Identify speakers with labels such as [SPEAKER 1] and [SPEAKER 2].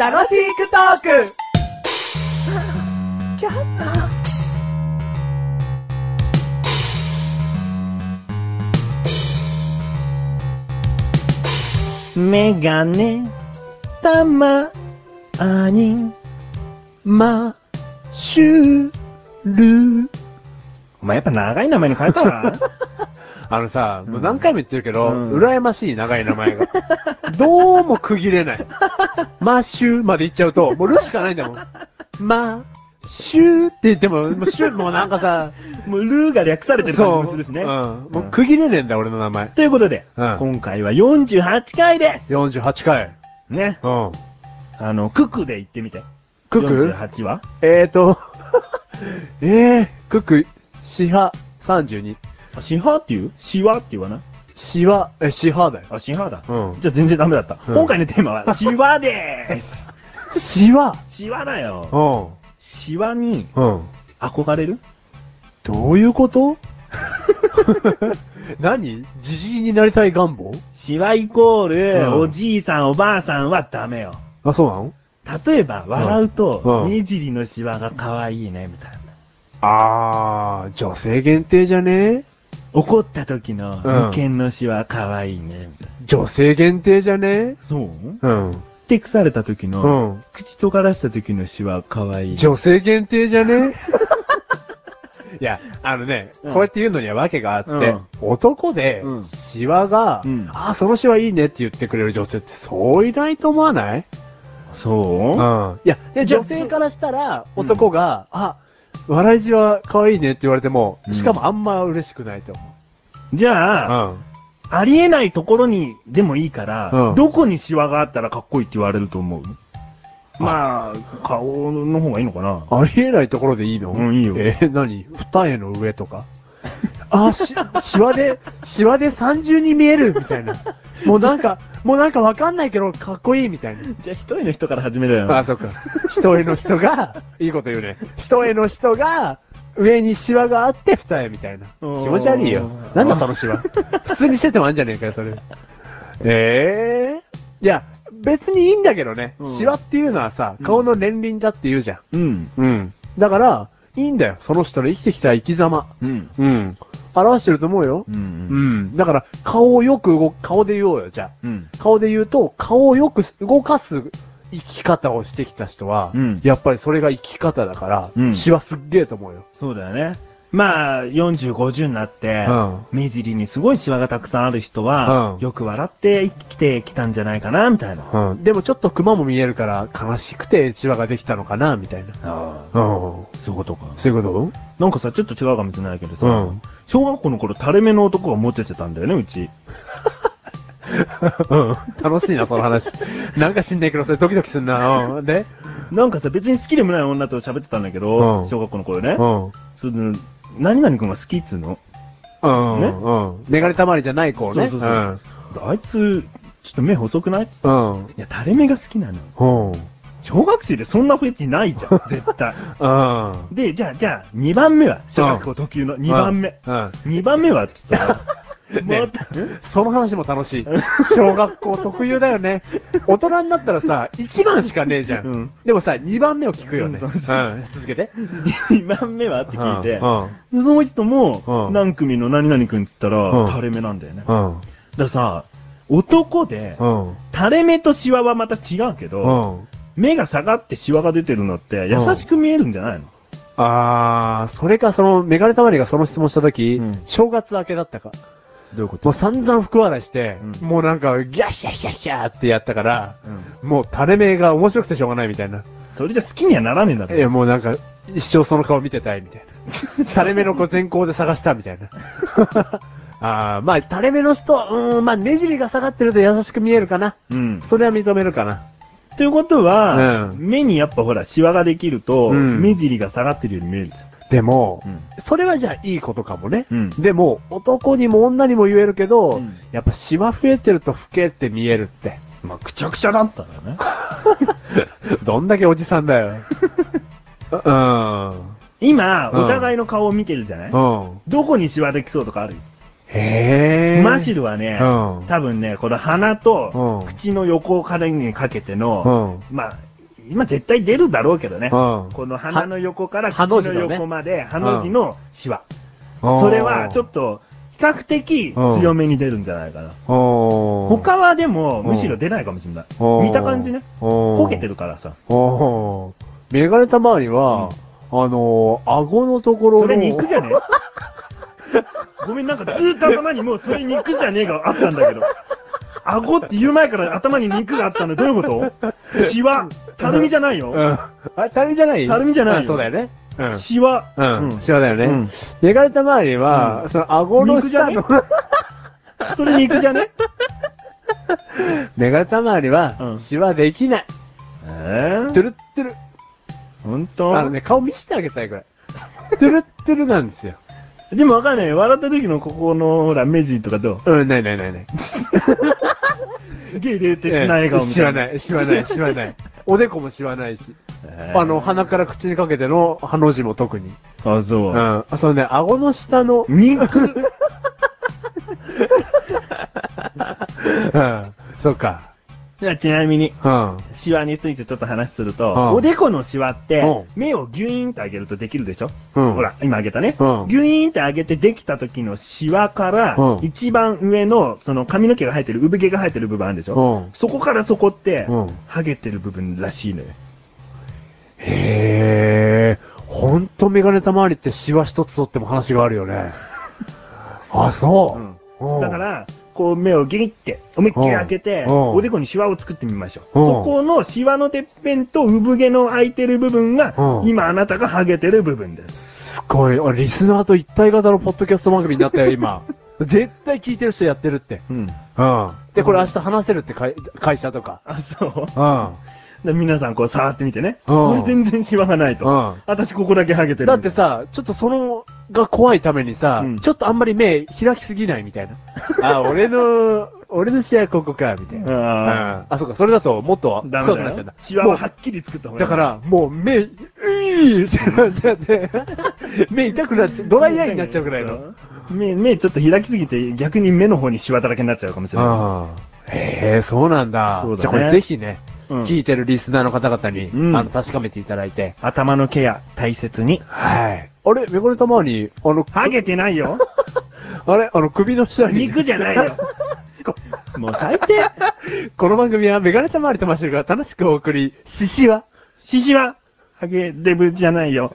[SPEAKER 1] 楽しくトーク
[SPEAKER 2] メガネ、たま、に、ま、しゅる。お前やっぱ長い名前に変えたな。
[SPEAKER 3] あのさ、
[SPEAKER 2] うん
[SPEAKER 3] もう何回も言ってるけど、
[SPEAKER 2] うん
[SPEAKER 3] 羨ましい長い名前が。 どうも区切れない。マッシュまで言っちゃうと、もうルしかないんだもん。マッシュって言っても、もうシュもうなん かさ、
[SPEAKER 2] もう、ルーが略されてる感じもするしね。
[SPEAKER 3] うん。もう区切れねえんだ、俺の名前。
[SPEAKER 2] ということで、
[SPEAKER 3] うん
[SPEAKER 2] 今回は48回です。
[SPEAKER 3] 48回。
[SPEAKER 2] ね。
[SPEAKER 3] うん。
[SPEAKER 2] あの、ククで言ってみて。
[SPEAKER 3] クク
[SPEAKER 2] ?48 は
[SPEAKER 3] えーと、 えー、クック、シハ32。
[SPEAKER 2] あシハっていうシワって言わない
[SPEAKER 3] シワ、え、シハだよ。
[SPEAKER 2] あ、シハだ。
[SPEAKER 3] うん。
[SPEAKER 2] じゃあ全然ダメだった。
[SPEAKER 3] うん
[SPEAKER 2] 今回のテーマ は、シワでーす。
[SPEAKER 3] シワ。
[SPEAKER 2] シワだ よ。
[SPEAKER 3] うん。
[SPEAKER 2] シワに
[SPEAKER 3] うん。
[SPEAKER 2] 憧れる
[SPEAKER 3] どういうこと 何じじいになりたい願望
[SPEAKER 2] シワイコール、
[SPEAKER 3] うん
[SPEAKER 2] おじいさんおばあさんはダメよ。
[SPEAKER 3] あ、そうなの
[SPEAKER 2] 例えば、笑うと、
[SPEAKER 3] うん
[SPEAKER 2] 目尻のシワが可愛いね、みたいな。
[SPEAKER 3] あー、女性限定じゃね
[SPEAKER 2] 怒った時の
[SPEAKER 3] うん
[SPEAKER 2] 眉間のシワ可愛いね、みたいな。
[SPEAKER 3] 女性限定じゃね
[SPEAKER 2] そう
[SPEAKER 3] うん。
[SPEAKER 2] 手腐れた時
[SPEAKER 3] う
[SPEAKER 2] の、
[SPEAKER 3] ん。
[SPEAKER 2] 口尖らした時のシワ可愛い。
[SPEAKER 3] 女性限定じゃねいや、あのね、
[SPEAKER 2] うん
[SPEAKER 3] こうやって言うのには訳があって、
[SPEAKER 2] うん
[SPEAKER 3] 男で
[SPEAKER 2] う、ん
[SPEAKER 3] シワが、
[SPEAKER 2] うん
[SPEAKER 3] あー、そのシワいいねって言ってくれる女性ってそういないと思わない
[SPEAKER 2] そう
[SPEAKER 3] うん。いや、で
[SPEAKER 2] じゃ
[SPEAKER 3] 女性からしたら、
[SPEAKER 2] うん
[SPEAKER 3] 男が、あ、笑いじわ可愛いねって言われても、
[SPEAKER 2] うん
[SPEAKER 3] しかもあんま嬉しくないと思
[SPEAKER 2] じゃあ、
[SPEAKER 3] う。うん。
[SPEAKER 2] ありえないところにでもいいから、
[SPEAKER 3] うん
[SPEAKER 2] どこにシワがあったらかっこいいって言われると思うまあ、顔の方がいいのかな
[SPEAKER 3] ありえないところでいいの
[SPEAKER 2] うんいいよ
[SPEAKER 3] えー何二重の上とか。あ、し、シ ワで、シワで三重に見えるみたいな。もうなんか、もうなんかわかんないけど、かっこいいみたいな。
[SPEAKER 2] じゃあ一人の人から始めるよ。
[SPEAKER 3] あ、そっか。一重の人が、いいこと言うね。一重の人が、上にシワがあって二重みたいな。気
[SPEAKER 2] おー
[SPEAKER 3] 持ち悪いよ。なんだそのシ ワ。普通にしててもあんじゃねえかよ、それ。ええいや、別にいいんだけどね。
[SPEAKER 2] うん
[SPEAKER 3] シワっていうのはさ、顔の年輪だって言うじゃん。
[SPEAKER 2] うん。
[SPEAKER 3] うん。だから、いいんだよ。その人の生きてきた生き様。
[SPEAKER 2] うん。
[SPEAKER 3] うん。表してると思うよ
[SPEAKER 2] う。ん。
[SPEAKER 3] うん。だから、顔をよく動く、顔で言おうよ、じゃあ。
[SPEAKER 2] うん。
[SPEAKER 3] 顔で言うと、顔をよく動かす生き方をしてきた人は、
[SPEAKER 2] うん
[SPEAKER 3] やっぱりそれが生き方だから、
[SPEAKER 2] うん
[SPEAKER 3] シワすっげえと思うよ。
[SPEAKER 2] そうだよね。まあ、40、50になって、
[SPEAKER 3] うん
[SPEAKER 2] 目尻にすごいシワがたくさんある人は、
[SPEAKER 3] うん
[SPEAKER 2] よく笑って生きてきたんじゃないかな、みたいな。
[SPEAKER 3] でもちょっとクマも見えるから、悲しくてシワができたのかな、みたいな。
[SPEAKER 2] ああ、
[SPEAKER 3] うん。
[SPEAKER 2] そういうことか。
[SPEAKER 3] そういうこ
[SPEAKER 2] なんかさ、ちょっと違うかもしれないけどさ、
[SPEAKER 3] とん。
[SPEAKER 2] 小学校の頃垂れ目の男がモテてたんだよね、うち。
[SPEAKER 3] うん。 楽しいな、その話。 なんか死んないけど、それドキドキすんな。うん。で
[SPEAKER 2] なんかさ、別に好きでもない女と喋ってたんだけど、
[SPEAKER 3] うん
[SPEAKER 2] 小学校の頃ね。
[SPEAKER 3] ん。
[SPEAKER 2] その、何々君が好きっつうの
[SPEAKER 3] うん。
[SPEAKER 2] ね
[SPEAKER 3] うん。メガネたまりじゃない子ね。
[SPEAKER 2] そうそうそあいつ、ちょっと目細くないっつって
[SPEAKER 3] うん。うん。
[SPEAKER 2] いや、垂れ目が好きなの。
[SPEAKER 3] うん。
[SPEAKER 2] 小学生でそんなフェチないじゃん、絶対。
[SPEAKER 3] うん。
[SPEAKER 2] で、じゃあ、じゃあ、2番目は、小学校特有の2番目。
[SPEAKER 3] うん。
[SPEAKER 2] 2番目はっつったら、
[SPEAKER 3] ね
[SPEAKER 2] また、
[SPEAKER 3] その話も楽しい。小学校特有だよね。大人になったらさ、1番しかねえじゃん。
[SPEAKER 2] うん
[SPEAKER 3] でもさ、2番目を聞くよね。
[SPEAKER 2] うんそう
[SPEAKER 3] うん続けて。
[SPEAKER 2] 2番目はって聞いて、
[SPEAKER 3] う
[SPEAKER 2] でその人も
[SPEAKER 3] う、ん
[SPEAKER 2] 何組の何々くんっつった
[SPEAKER 3] う
[SPEAKER 2] ら
[SPEAKER 3] ん、
[SPEAKER 2] 垂れ目なんだよね。だか
[SPEAKER 3] ん。うん。
[SPEAKER 2] らさ、男で
[SPEAKER 3] う、ん。
[SPEAKER 2] 垂れ目とシワはまた違うけ
[SPEAKER 3] う
[SPEAKER 2] ど、
[SPEAKER 3] ん。
[SPEAKER 2] 目が下がってシワが出てるのって、優しく見えるんじゃないの
[SPEAKER 3] あー、それかその、メガネたまりがその質問した時
[SPEAKER 2] うん
[SPEAKER 3] 正月明けだったか。
[SPEAKER 2] どういうこ
[SPEAKER 3] もう散々福笑いして、
[SPEAKER 2] うん
[SPEAKER 3] もうなんか、ギャッヒャッヒャッヒャーってやったから、もう垂れ目が面白くてしょうがないみたいな。
[SPEAKER 2] それじゃ好きにはならねえんだ
[SPEAKER 3] い
[SPEAKER 2] ろ。
[SPEAKER 3] や、もうなんか、一生その顔見てたい、みたい な。垂れ目の子全校で探した、みたいな。 ああ、まあ、垂れ目の人、うーん、まあ、目尻が下がってると優しく見えるかな。
[SPEAKER 2] うん。
[SPEAKER 3] それは認めるかな。
[SPEAKER 2] ということは、
[SPEAKER 3] うん
[SPEAKER 2] 目にやっぱほら、シワができると、
[SPEAKER 3] うん
[SPEAKER 2] 目尻が下がってるように見えるじ
[SPEAKER 3] でも、
[SPEAKER 2] ゃん。
[SPEAKER 3] それはじゃあいいことかもね。
[SPEAKER 2] うん
[SPEAKER 3] でも、男にも女にも言えるけど、
[SPEAKER 2] うん
[SPEAKER 3] やっぱシワ増えてると老けって見えるって。
[SPEAKER 2] まあ、くちゃくちゃだったんだよね。
[SPEAKER 3] どんだけおじさんだよ。ううん。
[SPEAKER 2] 今、
[SPEAKER 3] うん
[SPEAKER 2] お互いの顔を見てるじゃない
[SPEAKER 3] うん。
[SPEAKER 2] どこにシワできそうとかある
[SPEAKER 3] へへえ。
[SPEAKER 2] マシュルはね、
[SPEAKER 3] うん
[SPEAKER 2] 多分ね、この鼻と
[SPEAKER 3] うん
[SPEAKER 2] 口の横からにかけて
[SPEAKER 3] う
[SPEAKER 2] の、
[SPEAKER 3] ん。
[SPEAKER 2] まあ、今絶対出るだろうけどね、
[SPEAKER 3] うん
[SPEAKER 2] この鼻の横から
[SPEAKER 3] は
[SPEAKER 2] 口
[SPEAKER 3] の字
[SPEAKER 2] の
[SPEAKER 3] のね
[SPEAKER 2] 横まで、ハの字のシワ。
[SPEAKER 3] そ
[SPEAKER 2] それはちょっと、比較的強めに出るんじゃないかな。
[SPEAKER 3] と、おー
[SPEAKER 2] 他はでも、
[SPEAKER 3] うん
[SPEAKER 2] むしろ出ないかもしれない。
[SPEAKER 3] おー
[SPEAKER 2] 見た感じね、
[SPEAKER 3] 焦
[SPEAKER 2] 焦げて。るからさ。
[SPEAKER 3] おーメガネたまわりは、あのー、顎のところの。
[SPEAKER 2] それ肉じゃね えごめん、なんかずーっと頭にもうそれ肉じゃねえがあったんだけど。顎って言う前から頭に肉があったのどういうことシワ。たるみじゃないうよ。
[SPEAKER 3] ん。あれ、たるみじゃない
[SPEAKER 2] たるみじゃないよ
[SPEAKER 3] あそうだよね。うん。
[SPEAKER 2] シワ。
[SPEAKER 3] うん。
[SPEAKER 2] うん
[SPEAKER 3] 知らないよね。
[SPEAKER 2] うん
[SPEAKER 3] メガネたまわりは、
[SPEAKER 2] うん
[SPEAKER 3] その顎の下の
[SPEAKER 2] 肉、それ肉じゃね
[SPEAKER 3] メガネたまわり
[SPEAKER 2] う
[SPEAKER 3] は、
[SPEAKER 2] ん
[SPEAKER 3] シワできない。
[SPEAKER 2] え
[SPEAKER 3] トゥ
[SPEAKER 2] ー、
[SPEAKER 3] ルットゥル。
[SPEAKER 2] ほん
[SPEAKER 3] あの
[SPEAKER 2] と
[SPEAKER 3] ね、顔見せてあげたい、これ。トゥルットゥルなんですよ。
[SPEAKER 2] でもわかんない。笑った時のここの、ほら、目尻とかど
[SPEAKER 3] うん、ないないないない。
[SPEAKER 2] うすげえ霊的な笑顔みたいな。
[SPEAKER 3] 知らない、知らない、知らない。おでこも知らないし。
[SPEAKER 2] えー
[SPEAKER 3] あの、鼻から口にかけての、ハの字も特に。
[SPEAKER 2] あ、そうう。
[SPEAKER 3] ん。そのね、顎の下の、
[SPEAKER 2] 肉
[SPEAKER 3] うん。そっか。
[SPEAKER 2] じゃあちなみに、
[SPEAKER 3] うん。
[SPEAKER 2] シワについてちょっと話すると、
[SPEAKER 3] うん
[SPEAKER 2] おでこのシワって
[SPEAKER 3] うん、
[SPEAKER 2] 目をギュイーンって上げるとできるでしょ、
[SPEAKER 3] うん。
[SPEAKER 2] ほ。ら、今上げたね、
[SPEAKER 3] うん
[SPEAKER 2] ギュイーンって上げてできた時のシワから、
[SPEAKER 3] うん
[SPEAKER 2] 一番上の、その髪の毛が生えてる、産毛が生えてる部分あるでし
[SPEAKER 3] う
[SPEAKER 2] ょ、
[SPEAKER 3] ん。
[SPEAKER 2] そこからそこって、
[SPEAKER 3] うん
[SPEAKER 2] ハゲてる部分らしいのよ。
[SPEAKER 3] へえ。ほんとメガネたまわりってシワ一つとっても話があるよ ね。あ、そう。うん
[SPEAKER 2] だか、ら、こう目をギリって、思いっきり開けて、
[SPEAKER 3] うん
[SPEAKER 2] おでこにシワを作ってみましょう。
[SPEAKER 3] うん
[SPEAKER 2] そこのシワのてっぺんと産毛の空いてる部分が、
[SPEAKER 3] うん
[SPEAKER 2] 今あなたがハゲてる部分です。
[SPEAKER 3] すごい。俺リスナーと一体型のポッドキャスト番組になったよ、 今。絶対聞いてる人やってるって。うん。で、これ明日話せるって会会社とか。
[SPEAKER 2] あ、そう。
[SPEAKER 3] うん。
[SPEAKER 2] で皆さんこう触ってみてね。
[SPEAKER 3] うん
[SPEAKER 2] これ全然シワがないと。
[SPEAKER 3] うん。
[SPEAKER 2] 私ここだけハゲてる。
[SPEAKER 3] だって、さ、ちょっとそのが怖いためにさ、
[SPEAKER 2] うん
[SPEAKER 3] ちょっとあんまり目開きすぎないみたいな。 あ、俺の、俺の試合ここか、みたいな。
[SPEAKER 2] あ
[SPEAKER 3] あ、そうか、それだともっと
[SPEAKER 2] あ、ダ
[SPEAKER 3] 深
[SPEAKER 2] メ
[SPEAKER 3] くなっ
[SPEAKER 2] だ
[SPEAKER 3] ちゃうん
[SPEAKER 2] よ
[SPEAKER 3] だ。。
[SPEAKER 2] シワは
[SPEAKER 3] も
[SPEAKER 2] はっきり作った方が
[SPEAKER 3] う
[SPEAKER 2] い
[SPEAKER 3] だ
[SPEAKER 2] い。
[SPEAKER 3] から、もう目、ういーってなっちゃって、 目痛くなっちゃう、ドライアイになっちゃうくらいの。
[SPEAKER 2] うん。目、目ちょっと開きすぎて逆に目の方にシワだらけになっちゃうかもしれな
[SPEAKER 3] ああ。へえ、そうなんだ。
[SPEAKER 2] そうだね
[SPEAKER 3] じゃあこれぜひね、
[SPEAKER 2] い。うん
[SPEAKER 3] 聞いてるリスナーの方々に、
[SPEAKER 2] うん
[SPEAKER 3] あの、確かめていただいて。
[SPEAKER 2] 頭のケア大切に。
[SPEAKER 3] はい。あれ、メガネたまに、あの、
[SPEAKER 2] ハゲてない よ。
[SPEAKER 3] あれ、あの、首の下に。
[SPEAKER 2] 肉じゃないよ。もう最低。
[SPEAKER 3] この番組はメガネたまわりとマシュルが楽しくお送り、獅子は
[SPEAKER 2] 獅子は、ハゲデブじゃないよ。